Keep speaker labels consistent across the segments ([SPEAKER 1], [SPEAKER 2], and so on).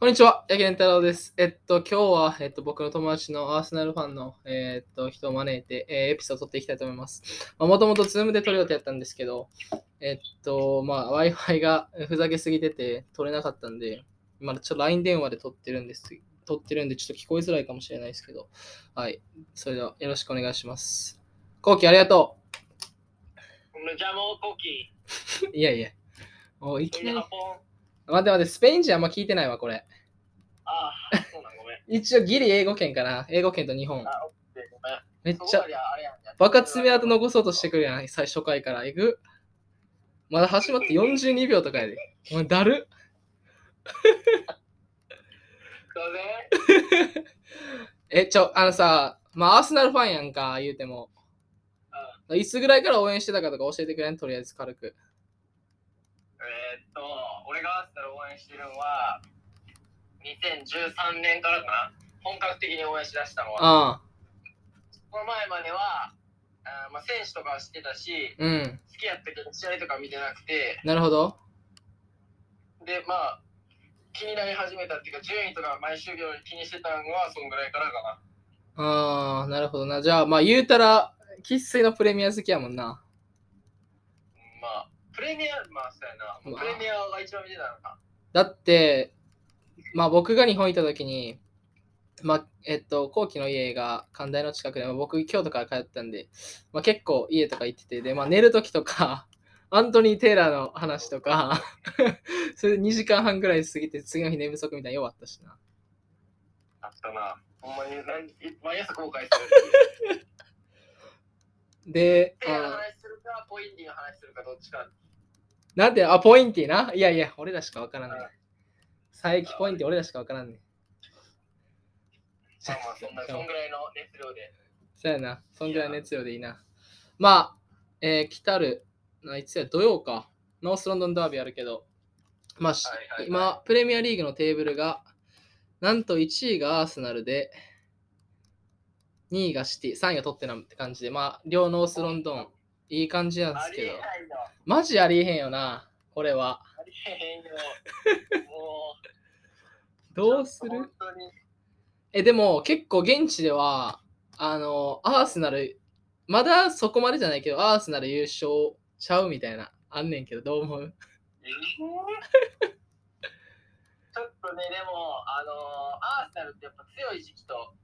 [SPEAKER 1] こんにちは、八木健太郎です。えっと、今日は、えっと、僕の友達のアーセナルファンの、えっと、人を招いて、えーエピソードを撮っていきたいと思います。もともと Zoom で撮る予定やったんですけど、えっと、まあ、Wi-Fi がふざけすぎてて、撮れなかったんで、まだちょっと LINE 電話で撮ってるんです。撮ってるんで、ちょっと聞こえづらいかもしれないですけど、はい。それでは、よろしくお願いします。コウキ、ありがと
[SPEAKER 2] 無邪魔コキ、
[SPEAKER 1] う。いやいや、もうい
[SPEAKER 2] そ
[SPEAKER 1] き
[SPEAKER 2] れ
[SPEAKER 1] なり。
[SPEAKER 2] でハ
[SPEAKER 1] 待
[SPEAKER 2] ポン。
[SPEAKER 1] って待って、スペイン人あんま聞いてないわ、これ。
[SPEAKER 2] ああ、そうなんごめん。
[SPEAKER 1] 一応、ギリ英語圏かな。英語圏と日本。
[SPEAKER 2] あ、オッケーご
[SPEAKER 1] め
[SPEAKER 2] めん。
[SPEAKER 1] っ
[SPEAKER 2] そ
[SPEAKER 1] ちゃ
[SPEAKER 2] こま。であれやん
[SPEAKER 1] 爆発爪痕残そうとして
[SPEAKER 2] く
[SPEAKER 1] くるやん、最初回から。えぐ。まだ始まって42秒とかやで。お前、だる。
[SPEAKER 2] る。
[SPEAKER 1] え、ちょ、あのさ、まあ、アーセナルファンやんか、言うても。いつぐらいから応援してたかとか教えてくれん、とりあえず軽く。
[SPEAKER 2] えーっと、俺がアーセナル応援してるのは、2013年からかな。本格的に応援しだしたのは。
[SPEAKER 1] ああ、
[SPEAKER 2] この前までは、あーまあ、選手とかは知ってたし、
[SPEAKER 1] うん。
[SPEAKER 2] 好きやったけど、試合とか見てなくて、
[SPEAKER 1] なるほど。
[SPEAKER 2] で、まあ、気になり始めたっていうか、順位とか毎週より気にしてたのは、そのぐらいからかな。
[SPEAKER 1] ああ、なるほどな。じゃあ、まあ、言うたら、生粋のプレミア好きやもんな。
[SPEAKER 2] まあ、プレミア、まあ、そうやな。
[SPEAKER 1] まあ
[SPEAKER 2] プレミアが一番見てたのか。
[SPEAKER 1] だって、まあ僕が日本にいた時に、まあ、えっと、後期の家が寛大の近くで、まあ僕京都から通ってたんで、まあ結構家とか行ってて、で、まあ寝る時とか、 アントニー・テイラーの話とか、 それで2時間半ぐらい過ぎて、次の日寝不足みたいなの弱ったしな。
[SPEAKER 2] あったな。ほんまに、なん毎朝後悔する。
[SPEAKER 1] で、
[SPEAKER 2] ペアの
[SPEAKER 1] あ
[SPEAKER 2] 話するか、ポインティの話するか、どっ ちか。
[SPEAKER 1] なんて、あ、ポインティな。いやいや、俺らしかわからんね。佐伯ポインティ俺らしかわからんね。
[SPEAKER 2] まあまあ、そんな、そんぐらいの熱量で。
[SPEAKER 1] そうやな。そんぐらい熱量でいいな。まあ、えー来たる、ないつや、土曜か。ノースロンドンダービーあるけど、まあ、し
[SPEAKER 2] はいはいはい
[SPEAKER 1] 今、プレミアリーグのテーブルが、なんと1位がアーセナルで、2位がシティ、3位がトッテナムって感じで、まあ、両ノースロンドン、いい感じなんで
[SPEAKER 2] あ
[SPEAKER 1] す
[SPEAKER 2] り
[SPEAKER 1] け
[SPEAKER 2] え
[SPEAKER 1] ど、
[SPEAKER 2] ないの。あ
[SPEAKER 1] マジありえへんよな、これは。
[SPEAKER 2] りえへんよ。もう、
[SPEAKER 1] どうす
[SPEAKER 2] ちょっ
[SPEAKER 1] る
[SPEAKER 2] と本当に。
[SPEAKER 1] え、でも結構現地では、あの、アーセナル、まだそこまでじゃないけど、アーセナル優勝ちゃうみたいな、あんねんけど、どう思う
[SPEAKER 2] えーちょっとね、でも、あのーアーセナルってやっぱ強い時期と、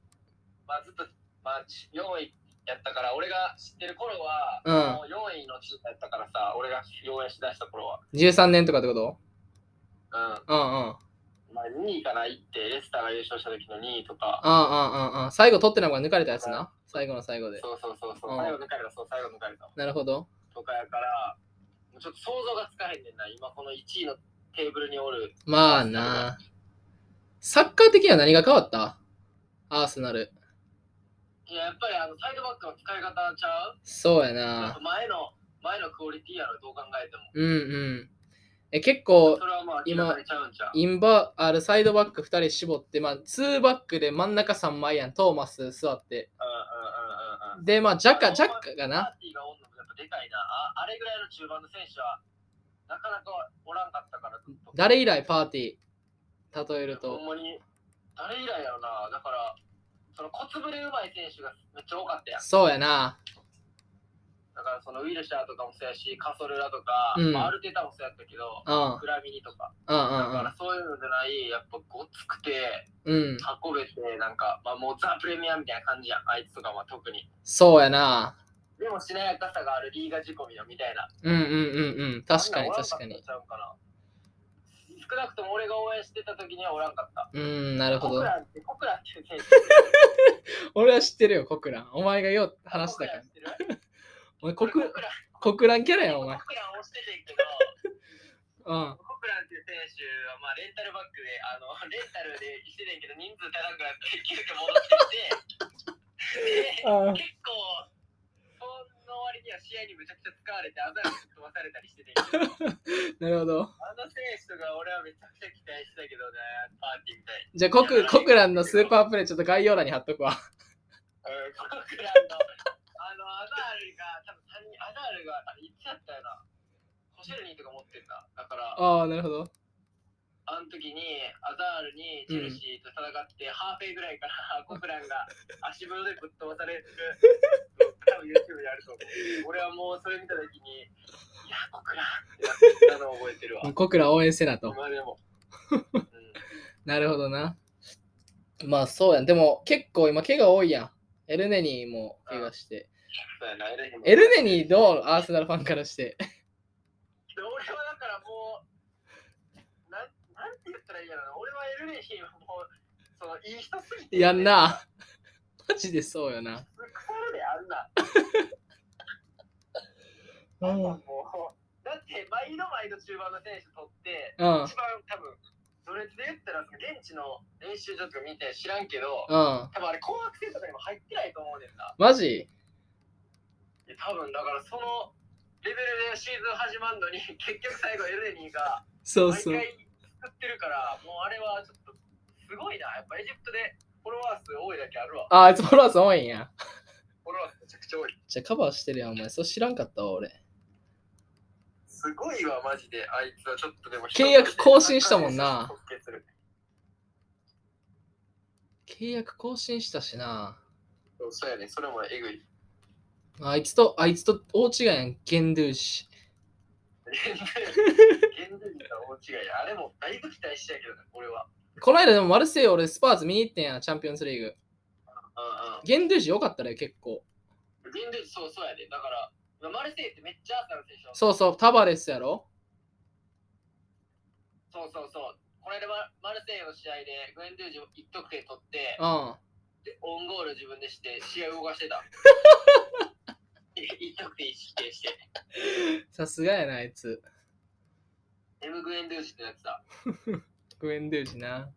[SPEAKER 2] まあ、ずっと、まあ、4位やったから、俺が知ってる頃は、
[SPEAKER 1] うん
[SPEAKER 2] もう4位のチームやったからさ、俺が応援しだした頃は、
[SPEAKER 1] ?13 年とかってこと
[SPEAKER 2] う
[SPEAKER 1] う
[SPEAKER 2] ん
[SPEAKER 1] んうん。うん
[SPEAKER 2] まあ、2位から行って、レスターが優勝した時の2位とか、
[SPEAKER 1] うんうんうん。最後取ってなのが抜かれたやつな。最後の最後で。
[SPEAKER 2] そうそうそうそう、
[SPEAKER 1] うん
[SPEAKER 2] 最後抜かれた、そう、最後抜かれた
[SPEAKER 1] なるほど。
[SPEAKER 2] とかやから、もうちょっと想像がつかへんねんな、今この1位のテーブルにおる。
[SPEAKER 1] まあな。サッカー的には何が変わったアーセナル。
[SPEAKER 2] いや、やっぱりあのサイドバックの使い方ちゃう
[SPEAKER 1] そうや
[SPEAKER 2] やっ
[SPEAKER 1] な
[SPEAKER 2] ぱ。前の前のクオリティやろどう考えても
[SPEAKER 1] うんうん。え、結構
[SPEAKER 2] そ、れはまあ明らかにちゃうんちゃう
[SPEAKER 1] インバあるサイドバック2人絞って、まあ、2バックで真ん中3枚やん、トーマス座って。
[SPEAKER 2] うんうんうんうんうん
[SPEAKER 1] で、まあ、ジャカ、ジャカがな。
[SPEAKER 2] パーティーがおんのもやっぱでかいなああれぐらいの中盤の選手はなかなかおらんかったからずっと
[SPEAKER 1] 誰以来パーティー、例える
[SPEAKER 2] ほん
[SPEAKER 1] と。
[SPEAKER 2] まに誰以来やろなだからその小粒でうまい選手がめっちゃ多かったやん
[SPEAKER 1] そうやな。
[SPEAKER 2] だからそのウィルシャーとかもそうやしカソルラとか、
[SPEAKER 1] うん
[SPEAKER 2] まあ、アルテタもそうやったけ
[SPEAKER 1] う
[SPEAKER 2] ど
[SPEAKER 1] ん、うん
[SPEAKER 2] クラミニとか、だ
[SPEAKER 1] う
[SPEAKER 2] か
[SPEAKER 1] ん
[SPEAKER 2] らそういうのじゃないやっぱごつくて
[SPEAKER 1] うん。うん。
[SPEAKER 2] 運べてなんか、まあ、もうザ・プレミアみたいな感じやんあいつとかは特に
[SPEAKER 1] そうやな。
[SPEAKER 2] でもしなやかさがあるリーガ仕込みのみたいな
[SPEAKER 1] うんうんうんうん。確かに確か
[SPEAKER 2] あん
[SPEAKER 1] に。
[SPEAKER 2] なんおらんかったんちゃうかな少なくとも俺が応援してた時にはおらんかった
[SPEAKER 1] うん、なるほ
[SPEAKER 2] コク
[SPEAKER 1] ど。
[SPEAKER 2] ランってコクランっていう選手
[SPEAKER 1] 俺は知ってるよ、コクラン。お前がよう話したから。お前コ
[SPEAKER 2] コクラン
[SPEAKER 1] ク、
[SPEAKER 2] 知ってる
[SPEAKER 1] コクランキャラ
[SPEAKER 2] 俺
[SPEAKER 1] やん、お
[SPEAKER 2] コクラ
[SPEAKER 1] 前。
[SPEAKER 2] ンコクランをしててんけど
[SPEAKER 1] うん。
[SPEAKER 2] コクランっていう選手はまあレンタルバックであの レンタルでしててんけど人数足らんくなって急遽戻ってきてで
[SPEAKER 1] あ
[SPEAKER 2] 結構その割には試合にむちゃくちゃ使われてあざら吹っ飛ばされたりしててんけ
[SPEAKER 1] な
[SPEAKER 2] ど
[SPEAKER 1] るほど。
[SPEAKER 2] あの選手とか俺はめちゃくちゃ期待してたけどね、パーティーみた い。
[SPEAKER 1] じゃあコク、コクランのスーパープレイ、ちょっと概要欄に貼っとくわ。
[SPEAKER 2] うん、コクランの、あの、アザールが、多分三人、アザールが、あれ、いつやったよな。ホシェルニーとか持ってんだ。だから、
[SPEAKER 1] ああ、なるほど。
[SPEAKER 2] あの時にアザールにチェルシーと戦って、ハーフェイぐらい からコフランが足踏でぶっ飛ばされる多分 YouTube であると思う俺はもうそれ見た時にいやコフランってなったのを覚えてるわ 今
[SPEAKER 1] コクラ応援せなと。
[SPEAKER 2] でも、うん、
[SPEAKER 1] なるほどな。まあそうやん。でも結構今怪我多いやん。エルネニーも怪我して。
[SPEAKER 2] そうやなエルネ
[SPEAKER 1] エルネニーどうアーセナルファンからして。
[SPEAKER 2] で俺はだからもうなんなんて言ったらいいやろな俺はエルネヒーはもうそのいい人すぎて
[SPEAKER 1] やんな。マジでそうよな。
[SPEAKER 2] 腐るであ んな
[SPEAKER 1] うん。
[SPEAKER 2] もうだって毎度毎度中盤の選手取って
[SPEAKER 1] うん。
[SPEAKER 2] 一番多分それで言ったらその現地の練習場とか見て知らんけど多分あれ紅白戦とかにも入ってないと思うねんな
[SPEAKER 1] マジ
[SPEAKER 2] いや多分だからそのレベルでシーズン始まるのに 結局最後エルネニーが
[SPEAKER 1] そう
[SPEAKER 2] 毎
[SPEAKER 1] そう。
[SPEAKER 2] 回作ってるから、もうあれはちょっとすごいな。やっぱエジプトでフォロワー数多いだけあるわ。
[SPEAKER 1] あ、あいつフォロワー数多いんや。
[SPEAKER 2] フォロワー数めちゃくちゃ多い。
[SPEAKER 1] じゃあカバーしてるやん、お前。そう知らんかったわ、俺。
[SPEAKER 2] すごいわ、マジで。あいつはちょっとでも
[SPEAKER 1] 契約更新したもんな
[SPEAKER 2] 一人として即決する
[SPEAKER 1] 契約更新したしな。
[SPEAKER 2] そうそうやね、それもえぐい。
[SPEAKER 1] あいつと、あいつと大違いやん、ゲンドゥーシ。
[SPEAKER 2] 現在人とは大違いや。あれもだいぶ期待してやけどね、俺は。
[SPEAKER 1] この間でもマルセイユ俺スパーズ見に行ってんやん、チャンピオンズリーグ。
[SPEAKER 2] うんうん。
[SPEAKER 1] ゲンドゥーシよかったね、結構。
[SPEAKER 2] 現在そうそうやで、だから、今マルセイユってめっちゃアーサル選手
[SPEAKER 1] そうそう、タバレスやろ
[SPEAKER 2] そうそうそう。これでママルセイユの試合でグエンドゥージ1得点取って、
[SPEAKER 1] うん。
[SPEAKER 2] でオウンゴール自分でして、試合動かしてた。一得点一指定して、
[SPEAKER 1] さすがやな、あいつ。
[SPEAKER 2] エム・グエンドゥーシってなってた。
[SPEAKER 1] グエンドゥーシな。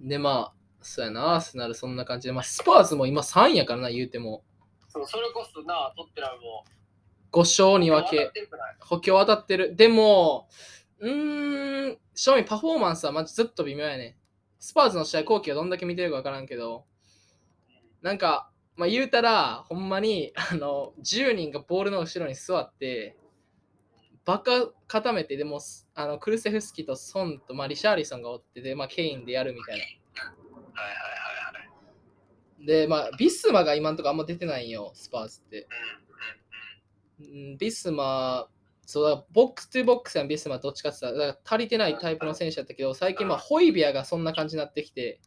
[SPEAKER 1] で、まあ、そうやな、アーセナルそんな感じで。まあ、スパーズも今3やからな、言うても。
[SPEAKER 2] そうそれこそな、トッテナムも。
[SPEAKER 1] 5勝2分
[SPEAKER 2] 分
[SPEAKER 1] け
[SPEAKER 2] け。。う
[SPEAKER 1] 補強当たってる。でも、うーん、正味パフォーマンスはまじずっと微妙やね。スパーズの試合後期はどんだけ見てるかわからんけど、なんか、まあ、言うたら、ほんまに、あの、10人がボールの後ろに座って、バカ固めて、でも、すあのクルセフスキとソンと、まあ、リシャーリソンがおって、で、まあ、ケインでやるみたい
[SPEAKER 2] はいはいはいはい。
[SPEAKER 1] な。で、まあ、ビスマが今んとこあんま出てないんよ、スパーズって。
[SPEAKER 2] うんうん
[SPEAKER 1] うんビスマ、そうだボックスとボックスやん、ビスマどっちかって言ったら、だから足りてないタイプの選手だったけど、最近、まあ、ホイビアがそんな感じになってきて、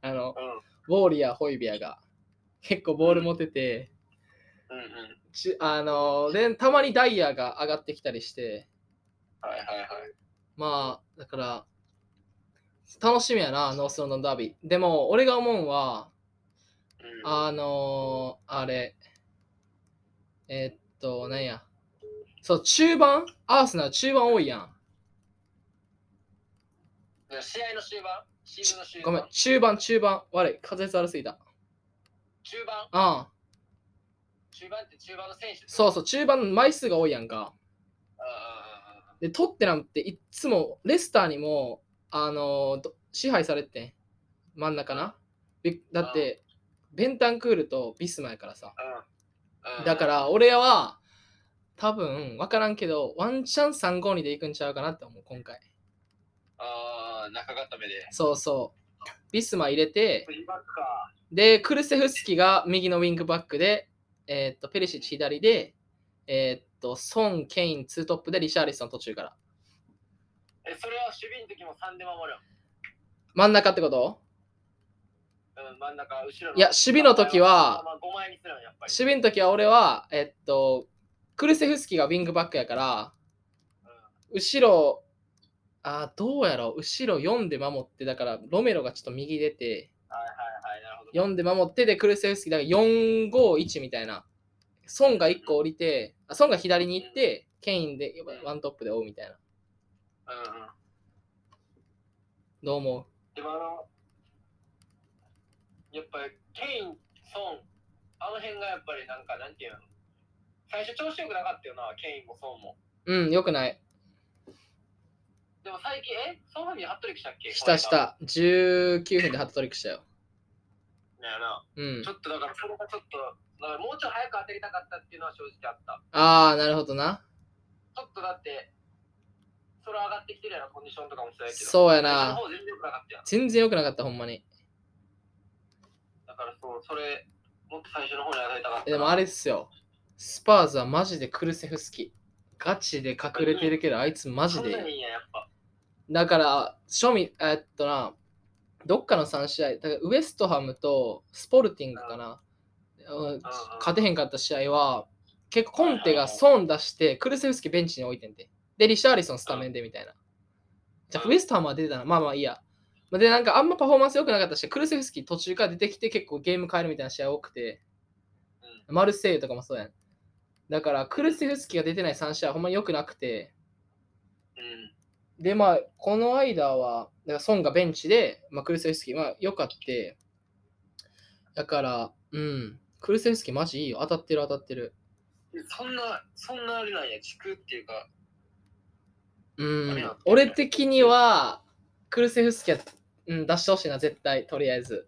[SPEAKER 1] あの、ウォーリアー、ホイビアが、結構ボール持てて、
[SPEAKER 2] うんうんうん。
[SPEAKER 1] ちあの、で、たまにダイヤが上がってきたりして、
[SPEAKER 2] はいはいはい。
[SPEAKER 1] まあ、だから、楽しみやな、ノースロンドンダービー。でも、俺が思うんは、
[SPEAKER 2] うん、
[SPEAKER 1] あのー、あれ、えーっと、なんや。そう、中盤アースナル中盤多いやん。
[SPEAKER 2] で試合の終盤シーズンの終
[SPEAKER 1] ご
[SPEAKER 2] 盤
[SPEAKER 1] めん、中盤、中盤。悪い、風邪悪すぎた。
[SPEAKER 2] 中盤
[SPEAKER 1] ああ、
[SPEAKER 2] 中盤って中盤の選手。
[SPEAKER 1] そううそう、中盤の枚数が多いやんか。
[SPEAKER 2] あ
[SPEAKER 1] で、トッテナムっていっつも、レスターにも、あのーど支配されてん。真ん中な。びだって、ベンタンクールとビスマやからさ。
[SPEAKER 2] あ
[SPEAKER 1] だか、ら、俺は、多分、わからんけど、ワンチャン352で行くんちゃうかなって思う、今回。
[SPEAKER 2] ああ、中固めで。
[SPEAKER 1] そうそう。ビスマ入れて
[SPEAKER 2] フ、リーバックか。
[SPEAKER 1] で、クルセフスキが右のウィングバックで、えーっと、ペリシッチ左で、えーっと、ソン、ケイン、ツートップでリシャーリソン途中から。
[SPEAKER 2] え、それは守備の時も3で守る。
[SPEAKER 1] 真ん中ってこと
[SPEAKER 2] うん、真ん中、後ろの。
[SPEAKER 1] いや守備の時は
[SPEAKER 2] まあ、5枚にするの、やっぱり。
[SPEAKER 1] 守備の時は俺は、えーっと、クルセフスキがウィングバックやから、後ろ、あーどうやろう、後ろ4で守って、だからロメロがちょっと右出て、
[SPEAKER 2] はいはいはい、なるほど。
[SPEAKER 1] 4で守って、で、クルセフスキ、だから4、5、1みたいな。ソンが1個降りて、あソンが左に行って、ケインでワントップで追うみたいな。
[SPEAKER 2] うんうん。
[SPEAKER 1] どう思う
[SPEAKER 2] でもあの、やっぱりケイン、ソン、あの辺がやっぱりなんか、なんていうの最初調子よくなかったよな、ケインもソンも。
[SPEAKER 1] うん、よくない。
[SPEAKER 2] でも最近、えソンファミリーハットリックしたっけ
[SPEAKER 1] したし。た。19分でハットトリックしたよ。
[SPEAKER 2] この間だよな。
[SPEAKER 1] うん
[SPEAKER 2] ち。ょっとだから、それがちょっと、だからもうちょい早く当てりたかったっていうのは正直あった。
[SPEAKER 1] ああ、なるほどな。
[SPEAKER 2] ちょっとだって、それ上がってきてるやろ、コンディションとかもそうやけど。う
[SPEAKER 1] そうや
[SPEAKER 2] な。
[SPEAKER 1] な。
[SPEAKER 2] 全然良くなかったやん。
[SPEAKER 1] 全然良くなかった、ほんまに。
[SPEAKER 2] だからそう、それ、もっと最初の方に上がりたかった。
[SPEAKER 1] でもあれっすよ。スパーズはマジでクルセフスキ。ガチで隠れてるけど、あいつマジ
[SPEAKER 2] そんな
[SPEAKER 1] で。
[SPEAKER 2] にいいやん、やっぱ。
[SPEAKER 1] だから、庶民、えっとな、どっかの3試合、だからウエストハムとスポルティングかな、うん勝てへんかった試合は、結構コンテが損出して、クルセフスキベンチに置いてんて。で、リシャーリソンスタメンでみたいな。じゃあ、
[SPEAKER 2] うん
[SPEAKER 1] ウエストハムは出てたな、まあまあいいや。まあで、なんかあんまパフォーマンス良くなかったし、クルセフスキ途中から出てきて結構ゲーム変えるみたいな試合多くて、
[SPEAKER 2] うん。
[SPEAKER 1] マルセイユとかもそうやん。だから、クルセフスキが出てない3試合はほんまに良くなくて、
[SPEAKER 2] うん。
[SPEAKER 1] で、まあ、この間は、だからソンがベンチで、まあ、クルセフスキー、まあ、よかって、だから、うん、クルセフスキーマジいいよ。当たってる当たってる。
[SPEAKER 2] そんな、そんなあれなんや、地区っていうか、
[SPEAKER 1] う
[SPEAKER 2] あれ
[SPEAKER 1] ん
[SPEAKER 2] や、
[SPEAKER 1] 俺的には、クルセフスキーは、うん、出してほしいな、絶対、とりあえず。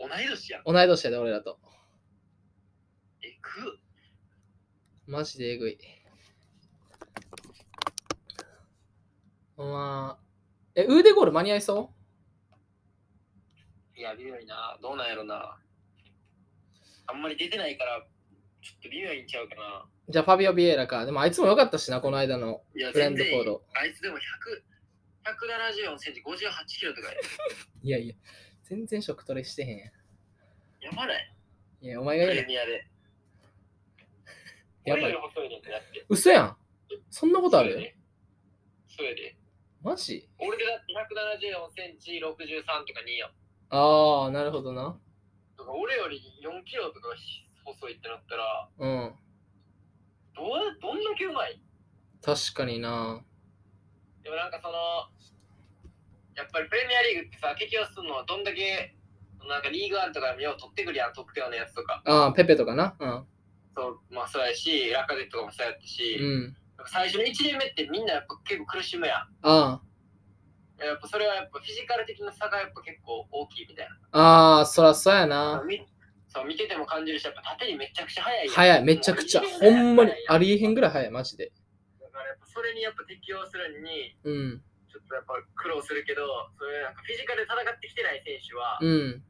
[SPEAKER 2] 同い年やん。
[SPEAKER 1] 同い年やで、俺らと。
[SPEAKER 2] えぐっ。
[SPEAKER 1] マジでえぐい。まあ、え、ウーデゴール間に合いそう
[SPEAKER 2] いや、微妙いな。どうなんやろな。あんまり出てないから、ちょっと微妙いんちゃうかな。
[SPEAKER 1] じゃあ、ファビオ・ビエラか。でも、あいつも良かったしな、この間の
[SPEAKER 2] いや、
[SPEAKER 1] ブレ
[SPEAKER 2] 全
[SPEAKER 1] ンドフ
[SPEAKER 2] 然
[SPEAKER 1] ォ
[SPEAKER 2] い
[SPEAKER 1] ー
[SPEAKER 2] い
[SPEAKER 1] ド。
[SPEAKER 2] あいつでも100 174センチ、58キロとかや。
[SPEAKER 1] いやいや、全然食トレしてへんやん。
[SPEAKER 2] やばない。
[SPEAKER 1] いや、お前
[SPEAKER 2] プ
[SPEAKER 1] が
[SPEAKER 2] レ
[SPEAKER 1] 言う
[SPEAKER 2] ミアで。
[SPEAKER 1] やばい
[SPEAKER 2] 俺より細いねんってだって。
[SPEAKER 1] 嘘やんそんなことあ
[SPEAKER 2] そうや
[SPEAKER 1] る
[SPEAKER 2] でそうやで。
[SPEAKER 1] マジ
[SPEAKER 2] 俺でだって174センチ、63とか2やん。
[SPEAKER 1] ああ、なるほどな。
[SPEAKER 2] だから俺より4キロとか細いってなったら、
[SPEAKER 1] うん。
[SPEAKER 2] どうどんだけうまい
[SPEAKER 1] 確かにな。
[SPEAKER 2] でもなんかその、やっぱりプレミアリーグってさ、激をするのはどんだけ、なんかリーグワンとか見よう取ってくるやん、得点王のやつとか。
[SPEAKER 1] ああ、ペペとかな。うん。
[SPEAKER 2] そう、まあそうやし、ラカゼットとかもそうやったし、
[SPEAKER 1] うん。
[SPEAKER 2] 最初の1年目ってみんなやっぱ結構苦しむやん。
[SPEAKER 1] あ
[SPEAKER 2] やっぱそれはやっぱフィジカル的な差がやっぱ結構大きいみたいな。
[SPEAKER 1] あ、ああ、そらそうやな。
[SPEAKER 2] みそう見てても感じるし、やっぱ縦にめちゃくちゃ速いやん。
[SPEAKER 1] 早い、めちゃくちゃ。ほんまにありえへんぐらい早い、マジで。
[SPEAKER 2] だからやっぱそれにやっぱ適応するのに、
[SPEAKER 1] うん。
[SPEAKER 2] ちょっとやっぱ苦労するけど、そういうなんかフィジカルで戦ってきてない選手は、
[SPEAKER 1] うん。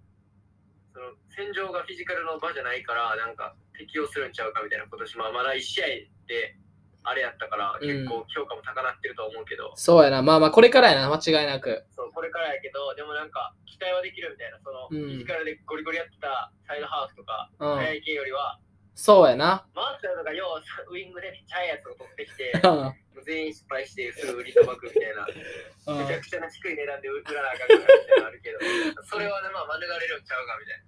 [SPEAKER 2] その戦場がフィジカルの場じゃないから、なんか適応するんちゃうかみたいなことし、まあ、まだ1試合であれやったから、
[SPEAKER 1] うん
[SPEAKER 2] 結構評価も高なってるとは思うけど、
[SPEAKER 1] そうやな。まあまあ、これからやな、間違いなく。
[SPEAKER 2] そうこれからやけど、でもなんか期待はできるみたいな、その
[SPEAKER 1] うん
[SPEAKER 2] フィジカルでゴリゴリやってたサイドハーフとか、
[SPEAKER 1] う
[SPEAKER 2] 速
[SPEAKER 1] ん。
[SPEAKER 2] い系よりは、
[SPEAKER 1] そうや な。
[SPEAKER 2] マーチャーとかようウイングでめっちゃ速いやつを取って きて、
[SPEAKER 1] うん。
[SPEAKER 2] 全員失敗してすぐ売り飛ばくみたい
[SPEAKER 1] う
[SPEAKER 2] な、めちゃ
[SPEAKER 1] ん
[SPEAKER 2] くちゃな低い値段で売らなあかんみたいなのあるけど、それはね、まあ免れるんちゃうかみたい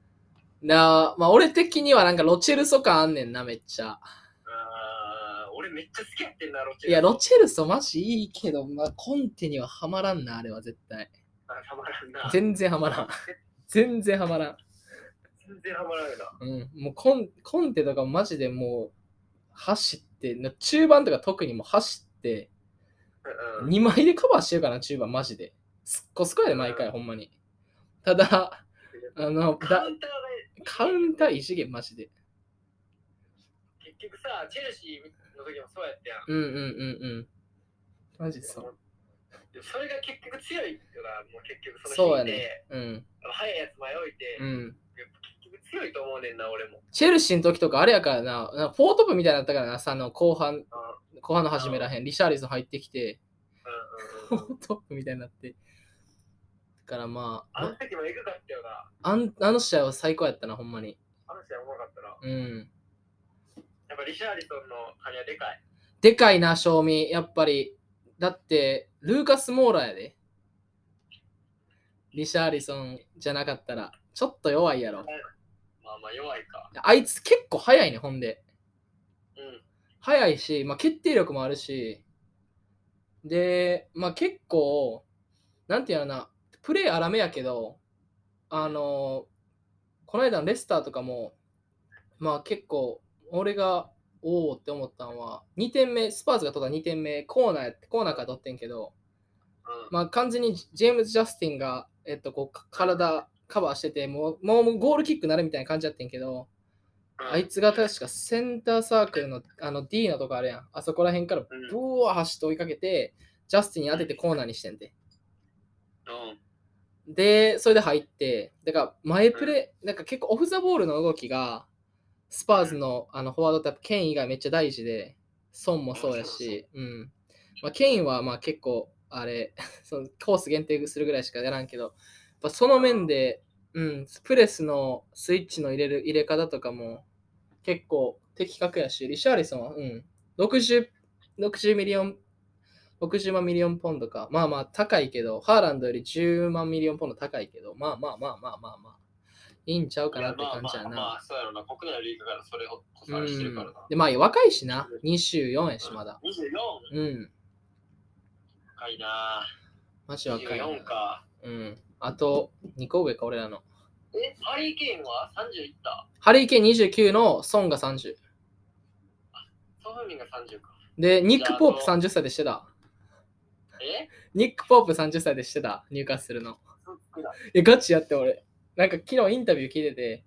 [SPEAKER 2] な。
[SPEAKER 1] なまあ、俺的にはなんかロチェルソ感あんねんな、めっちゃ。
[SPEAKER 2] あー俺めっちゃ好きやってんな、ロッチェ
[SPEAKER 1] いや、ロチェルソマジいいけど、まあ、コンテにはハマらんな、あれは絶対。
[SPEAKER 2] あたまらんな。全
[SPEAKER 1] 全然ハマらん。全然ハマらん。
[SPEAKER 2] 然ハマらんな。
[SPEAKER 1] うん。もうコンコンテとかマジでもう走って、な中盤とか特にもう走って、
[SPEAKER 2] うんうん。
[SPEAKER 1] 2枚でカバーしてるからな、中盤マジで。すっこすこやで、毎回、ほんまに。ただ、あの、
[SPEAKER 2] カ
[SPEAKER 1] だ
[SPEAKER 2] ウンターが
[SPEAKER 1] カウンター異次元マジで。
[SPEAKER 2] 結局さ、チェルシーの時もそうやったやん。
[SPEAKER 1] うんうんうんうん。マジそう。
[SPEAKER 2] でもそれが結局強いよな、もう結局そ
[SPEAKER 1] そう
[SPEAKER 2] の
[SPEAKER 1] や
[SPEAKER 2] シーンで、
[SPEAKER 1] ね。うん。
[SPEAKER 2] 速いやつ迷いて、
[SPEAKER 1] うん。
[SPEAKER 2] 結局強いと思うねん な、俺も。
[SPEAKER 1] チェルシーの時とかあれやからな、なんかフォートップみたいになったからな、さ、の後半、後半の始めらへん、リシャーリソン入ってきて、フ
[SPEAKER 2] うん
[SPEAKER 1] ォ
[SPEAKER 2] うんうんうん。
[SPEAKER 1] ートップみたいになって。だからま
[SPEAKER 2] あの
[SPEAKER 1] あ、
[SPEAKER 2] 時もエグかったよな。
[SPEAKER 1] あんあの試合は最高やったな、ほんまに。
[SPEAKER 2] あの試合うまかったな。
[SPEAKER 1] うん。
[SPEAKER 2] やっぱリシャーリソンの金はでかい。
[SPEAKER 1] でかいな、賞味、やっぱり。だって、ルーカス・モーラーやで。リシャーリソンじゃなかったら、ちょっと弱いやろ。
[SPEAKER 2] まあまあ弱いか。
[SPEAKER 1] あいつ結構速いね、ほんで。
[SPEAKER 2] うん。
[SPEAKER 1] 速いし、まあ、決定力もあるし。で、まあ、結構、なんていうのかな、プレー荒めやけど、あの、この間のレスターとかも、まあ結構、俺が、おおって思ったのは、2点目、スパーズが取った2点目、コーナーやって、コーナーから取ってんけど、
[SPEAKER 2] うん。
[SPEAKER 1] まあ、完全にジジェームズ・ジャスティンが、えっと、こうか体カバーしててもう、もうもうゴールキックなるみたいな感じやってんけど、あいつが確かセンターサークルのあのディーナとかあるやん。あそこら辺からブワー走って追いかけて、ジャスティンに当ててコーナーにしてんて。
[SPEAKER 2] うん。
[SPEAKER 1] で、それで入って、だから前プレー、なんか結構オフザボールの動きが、スパーズのあのフォワードってやっぱケイン以外めっちゃ大事で、ソンもそうやし、うん。まあ、ケインはまあ結構、あれ、 そのコース限定するぐらいしかやらんけど、やっぱその面で、うん、プレスのスイッチの入れる入れ方とかも結構的確やし、リシャーリソンは、うん、60、60ミリオン、60万ミリオンポンドか。まあまあ高いけど、ハーランドより10万ミリオンポンド高いけど、まあまあまあまあまあまあ、いいんちゃうかなって感じや
[SPEAKER 2] まあまあ、ま
[SPEAKER 1] な。
[SPEAKER 2] あ、そうやろな。国内のリーグからそれをこ
[SPEAKER 1] う
[SPEAKER 2] されしてるから
[SPEAKER 1] ん
[SPEAKER 2] な。。
[SPEAKER 1] で、まあ若いしな、24やしまだ。
[SPEAKER 2] 24、
[SPEAKER 1] うん、
[SPEAKER 2] 若いな。
[SPEAKER 1] マジ若いな。
[SPEAKER 2] 24か。
[SPEAKER 1] うん。あと、2個上か、俺らの。
[SPEAKER 2] え、ハリーケーンは30いった
[SPEAKER 1] ハリーケーン29のソンが30。
[SPEAKER 2] ソフミンが30か。
[SPEAKER 1] で、ニック・ポープ30歳でしてた。
[SPEAKER 2] え
[SPEAKER 1] ニック・ポープ30歳でしてた、入荷するの。
[SPEAKER 2] そっくだ。
[SPEAKER 1] え、ガチやって俺。なんか昨日インタビュー聞いてて、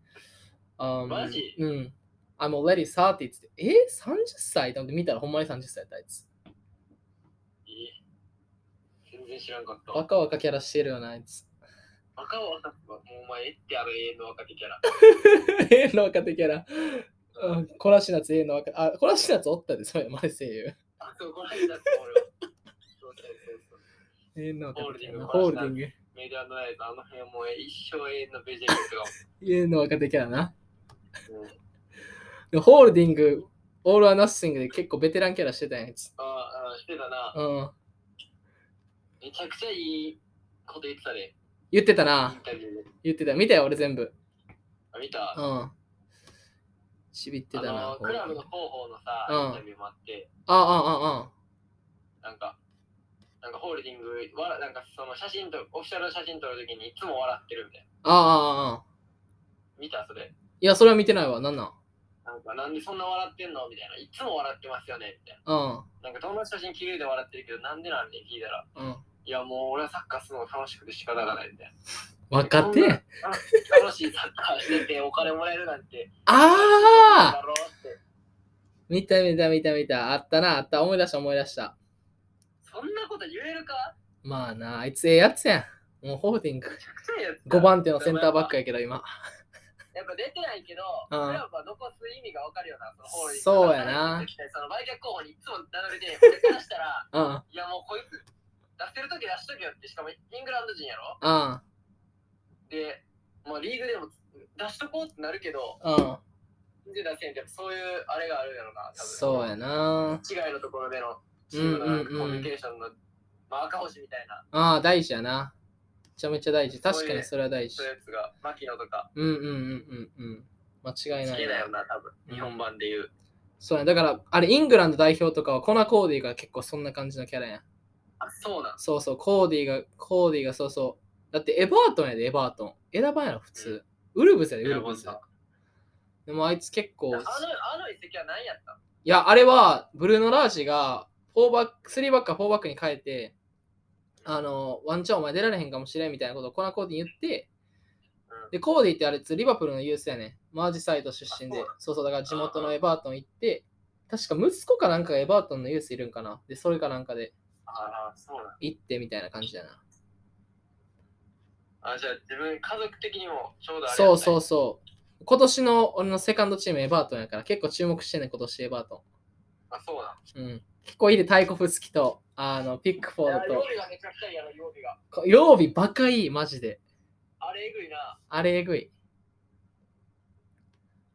[SPEAKER 1] あん
[SPEAKER 2] マジ
[SPEAKER 1] うん。I'm already 30って言って、え ?30 歳と思って見たらほんまに30歳やったあいつ。
[SPEAKER 2] え全然知らんかった。
[SPEAKER 1] 若々キャラしてるよな、あいつ。
[SPEAKER 2] 若は若くは、もうお前、えってあの永遠の若手キャラ。
[SPEAKER 1] 永遠の若手キャラ。うん、コラシナツ永遠の若手。あ、コラシナツおったで、そうや、マネ声優。
[SPEAKER 2] あ、そう、この間だって俺は。そうそうそうそう。
[SPEAKER 1] 永遠の若手キャラ。ホ
[SPEAKER 2] ホ
[SPEAKER 1] ー
[SPEAKER 2] ー
[SPEAKER 1] ル
[SPEAKER 2] ル
[SPEAKER 1] ディ
[SPEAKER 2] ディ
[SPEAKER 1] ン
[SPEAKER 2] ン
[SPEAKER 1] グ。
[SPEAKER 2] メディアのライズ、あの辺はもう一生永遠のベジェリックが。
[SPEAKER 1] 永遠の若手キャラな。
[SPEAKER 2] うん
[SPEAKER 1] でホールディング、オール・ア・ナッシングで結構ベテランキャラしてたやんあいつ。
[SPEAKER 2] ああ、してたな。
[SPEAKER 1] うん。
[SPEAKER 2] めちゃくちゃいいこと言ってたね。
[SPEAKER 1] 言ってた
[SPEAKER 2] イ
[SPEAKER 1] な
[SPEAKER 2] ン。タビューで。
[SPEAKER 1] 言ってた。見たよ、俺全部。
[SPEAKER 2] あ、見た。
[SPEAKER 1] うん。しびって
[SPEAKER 2] あ
[SPEAKER 1] たな。
[SPEAKER 2] の、クラブの広報のさ、
[SPEAKER 1] うん
[SPEAKER 2] インタビューもあって、
[SPEAKER 1] ああ、ああ、あ
[SPEAKER 2] なんか、なんかホールディング、わなんかその写真と、オフィシャルの写真撮るときにいつも笑ってるみたいな。
[SPEAKER 1] あ、ああ、ああ。
[SPEAKER 2] 見たそれ。
[SPEAKER 1] いや、それは見てないわ。なんなん
[SPEAKER 2] なんか、なんでそんな笑ってんのみたいな。いつも笑ってますよねみたいな。
[SPEAKER 1] うん。
[SPEAKER 2] なんか友達と写真綺麗で笑ってるけど、なんでなんで聞いたら、
[SPEAKER 1] うん。
[SPEAKER 2] いやもう俺はサッカーするのが楽しくて仕方がないみたいな。
[SPEAKER 1] 若手やん
[SPEAKER 2] あ楽しいサッカーしててお金もらえるなんて。
[SPEAKER 1] ああ
[SPEAKER 2] だろうって。
[SPEAKER 1] 見た見た見た見た。あったな、あった。思い出した思い出した。
[SPEAKER 2] そんなこと言えるか
[SPEAKER 1] まあな、あいつええやつやん。もうホールディング
[SPEAKER 2] め。ちゃくちゃええやつだ
[SPEAKER 1] 5番手のセンターバックやけど今。
[SPEAKER 2] やっぱ出てないけど、
[SPEAKER 1] うん
[SPEAKER 2] クラブは残す意味がわかるよな、そのホールディング
[SPEAKER 1] そうやな
[SPEAKER 2] その売却候補にいつも並べて、俺からしたら、
[SPEAKER 1] うん。うん。
[SPEAKER 2] いやもうこいつ、出せるとき出しとけよって、しかもイングランド人やろ
[SPEAKER 1] うん。
[SPEAKER 2] で、まあリーグでも出しとこうってなるけど、全然出せんって、やっぱそういうあれがあるやろな、多分。
[SPEAKER 1] そうやな。
[SPEAKER 2] 違いのところでの、チームのなんかコミュニケーションの、まあ赤星みたいな、
[SPEAKER 1] ああ、大事やな。めちゃめちゃ大事。確かにそれは大事
[SPEAKER 2] そう。いうやつが、牧野とか、
[SPEAKER 1] うんうんうんうんうん。間違
[SPEAKER 2] 好
[SPEAKER 1] い
[SPEAKER 2] き
[SPEAKER 1] な
[SPEAKER 2] だ
[SPEAKER 1] いな。
[SPEAKER 2] よな、多分。日本版で言う。
[SPEAKER 1] そうや、だから、あれ、イングランド代表とかはコナ・コーディが結構そんな感じのキャラやん。
[SPEAKER 2] あ、そうなん。
[SPEAKER 1] そうそう、コーディが、コーディがそうそう。だってエバートンやで、エバートン。エダバンやろ、普通。ウルブスやで、ウルブス。
[SPEAKER 2] あの、
[SPEAKER 1] でもあいつ結構。
[SPEAKER 2] あの遺跡は何やったの
[SPEAKER 1] いや、あれは、ブルーノ・ラージが、フォーバック、3バックから4バックに変えて、あの、ワンチャンお前出られへんかもしれんみたいなことをコナコーディに言って、
[SPEAKER 2] うん
[SPEAKER 1] で、コーディってあれ、リバプールのユースやね。マージサイド出身で
[SPEAKER 2] あ、
[SPEAKER 1] そうそう、だから地元のエバートン行って、確か息子かなんかがエバートンのユースいるんかな。で、それかなんかで
[SPEAKER 2] ああ、そうなん。
[SPEAKER 1] 行ってみたいな感じだな。
[SPEAKER 2] あ、じゃあ自分、家族的にもちょうどあれ。
[SPEAKER 1] そうそううそう。今年の俺のセカンドチームエバートンやから、結構注目してんねん、今年エバート
[SPEAKER 2] あ、そうなん。
[SPEAKER 1] ン。うん。結構いいで、タイコフスキと、あの、ピックフォー
[SPEAKER 2] いや
[SPEAKER 1] ド
[SPEAKER 2] 料理がめちゃくちゃいいやろ、料理が。
[SPEAKER 1] と、曜日バカいい、マジで。
[SPEAKER 2] あれえぐいな。
[SPEAKER 1] あれえぐい。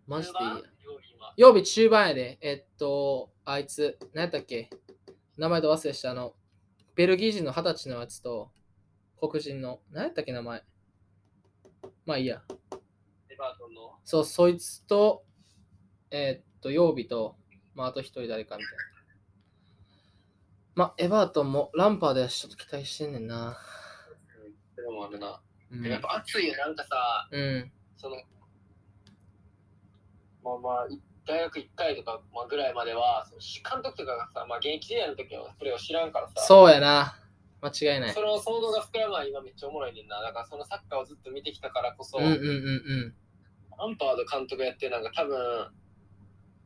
[SPEAKER 1] マジでいいや
[SPEAKER 2] 中。盤料理今。
[SPEAKER 1] 曜日中盤やで。えっと、あいつ、何やったっけ名前と忘れした。あの、ベルギー人の二十歳のやつと、黒人の、何やったっけ名前。まあいいや。
[SPEAKER 2] エバートンの。
[SPEAKER 1] そう、そいつと、えっと、曜日と、まああと一人誰かみたいな。まあ、エバートンもランパーでちょっと期待してんねんな。
[SPEAKER 2] それもあるな。
[SPEAKER 1] う
[SPEAKER 2] やっ
[SPEAKER 1] ん。
[SPEAKER 2] ぱ熱いよ、なんかさ、
[SPEAKER 1] うん、
[SPEAKER 2] その、まあまあ、い大学1回とかまあぐらいまでは、その監督とかがさ、まあ現役時代の時はそれを知らんからさ。
[SPEAKER 1] そうやな。間違いない
[SPEAKER 2] そ。の想像が膨らむのは今めっちゃおもろいねんな。だからそのサッカーをずっと見てきたからこそ、
[SPEAKER 1] うんうんうんうん。
[SPEAKER 2] ハンパード監督やってなんか多分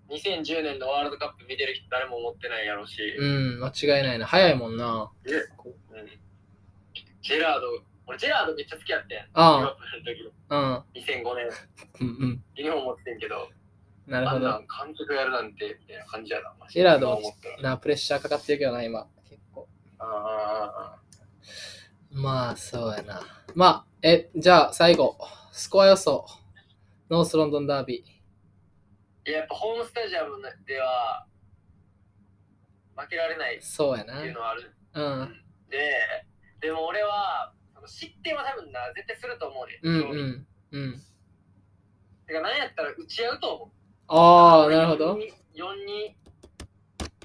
[SPEAKER 2] 2010年のワールドカップ見てる人誰も思ってないやろうし、
[SPEAKER 1] うん、間違いないな。早いもんな。
[SPEAKER 2] うんジェラード俺ジェラードめっちゃ好きやってんヨーロ
[SPEAKER 1] あ
[SPEAKER 2] ッパの時
[SPEAKER 1] あ、
[SPEAKER 2] 2005年
[SPEAKER 1] うん、うん、
[SPEAKER 2] ユニフォーム持ってんけど
[SPEAKER 1] うん。なる
[SPEAKER 2] あ
[SPEAKER 1] ほ
[SPEAKER 2] んなん
[SPEAKER 1] ど。
[SPEAKER 2] 監督やるなんてみたいな感じやなマ
[SPEAKER 1] ジェラードは
[SPEAKER 2] 思ったら
[SPEAKER 1] な、プレッシャーかかってるけどな、今。結構。
[SPEAKER 2] ああああ
[SPEAKER 1] まあ、そうやな。まあ、え、じゃあ、最後。スコア予想。ノースロンドンダービ
[SPEAKER 2] いややっぱホームスタジアムでは負けられない
[SPEAKER 1] ー。そうや
[SPEAKER 2] っ
[SPEAKER 1] な
[SPEAKER 2] ていう。のはある
[SPEAKER 1] うん。
[SPEAKER 2] ででも俺はその失点は多分な絶対すると思うね、
[SPEAKER 1] うん、うん。うん。
[SPEAKER 2] てか何やったら打ち合うと思う
[SPEAKER 1] ああ、なるほど。
[SPEAKER 2] 42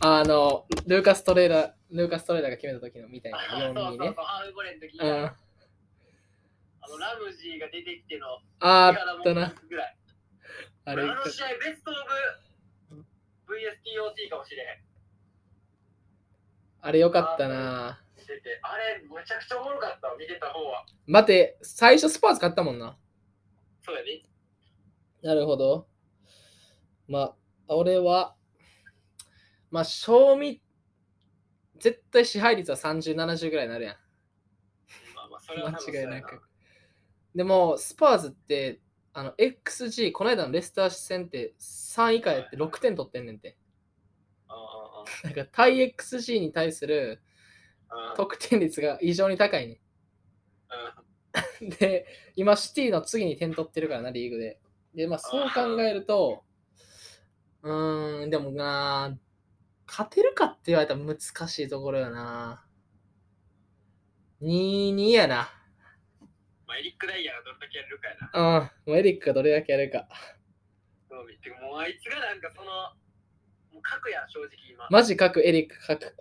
[SPEAKER 1] あの、ルーカス・トレーラー、ルーカス・トレーラーが決めた時のみたいな
[SPEAKER 2] そうそう
[SPEAKER 1] 4
[SPEAKER 2] そう
[SPEAKER 1] に ね。
[SPEAKER 2] ハーフボレーの時に、
[SPEAKER 1] うん。あ
[SPEAKER 2] あのラムジーが出てきての
[SPEAKER 1] あ
[SPEAKER 2] いや
[SPEAKER 1] ーったな。
[SPEAKER 2] ぐらい
[SPEAKER 1] あ
[SPEAKER 2] あ
[SPEAKER 1] れ、
[SPEAKER 2] の試合ベストオブ VSTOT かもしれへん
[SPEAKER 1] あれよかったな。
[SPEAKER 2] 見ててあれめちゃくちゃおもろかったわ見てた方は
[SPEAKER 1] 待って、最初スパーズ買ったもんな。
[SPEAKER 2] そうやね
[SPEAKER 1] なるほど。まあ、俺は、まあ、賞味、絶対支配率は30、70ぐらいになるやん。
[SPEAKER 2] まあまあそれは多分そう
[SPEAKER 1] 間違
[SPEAKER 2] や
[SPEAKER 1] いな
[SPEAKER 2] な
[SPEAKER 1] く。でも、スパーズって、あの、XG、この間のレスター戦って3以下やって6点取ってんねんて。
[SPEAKER 2] ああ
[SPEAKER 1] なんか、対 XG に対する
[SPEAKER 2] ああ
[SPEAKER 1] 得点率が異常に高いね
[SPEAKER 2] うん
[SPEAKER 1] ん。で、今、シティの次に点取ってるからな、リーグで。で、まあ、そう考えると、うーん、でもな、勝てるかって言われたら難しいところやな。2-2やな。
[SPEAKER 2] まあエリック・ダイヤがどれだけやれるかやな
[SPEAKER 1] うん、もうエリックがどれだけやるか。
[SPEAKER 2] そう見てもうあいつがなんかそのもう核や正直今
[SPEAKER 1] マジ書く、エリック書く。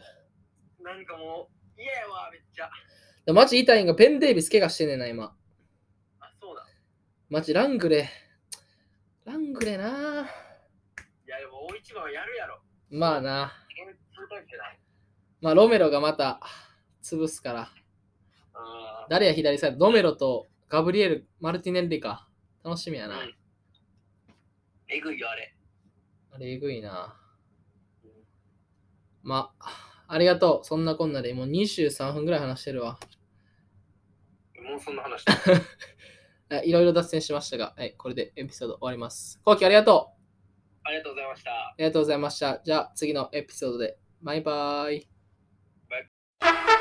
[SPEAKER 2] なんかもう嫌やわめっちゃ
[SPEAKER 1] でマジ痛いんが、ベン・デイビス怪我してんねんな、今。
[SPEAKER 2] あそうだ
[SPEAKER 1] マジラングレー。ラングレーない
[SPEAKER 2] やでも大一番はやるやろ
[SPEAKER 1] まあな。
[SPEAKER 2] そういうタイプじゃない
[SPEAKER 1] まあ、ロメロがまた潰すから。
[SPEAKER 2] あ
[SPEAKER 1] 誰や左サイドロメロとガブリエル・マルティネンリか。楽しみや
[SPEAKER 2] あ
[SPEAKER 1] な。
[SPEAKER 2] うんえぐいよあれ
[SPEAKER 1] あれ、えぐいな。まあ、ありがとう。そんなこんなでもう23分ぐらい話してるわ。
[SPEAKER 2] もうそんな話
[SPEAKER 1] えいろいろ脱線しましたが、はい、これでエピソード終わります。後期ありがとう
[SPEAKER 2] ありがとうございました
[SPEAKER 1] ありがとうございました。じゃあ次のエピソードで。バイバイ。
[SPEAKER 2] バイ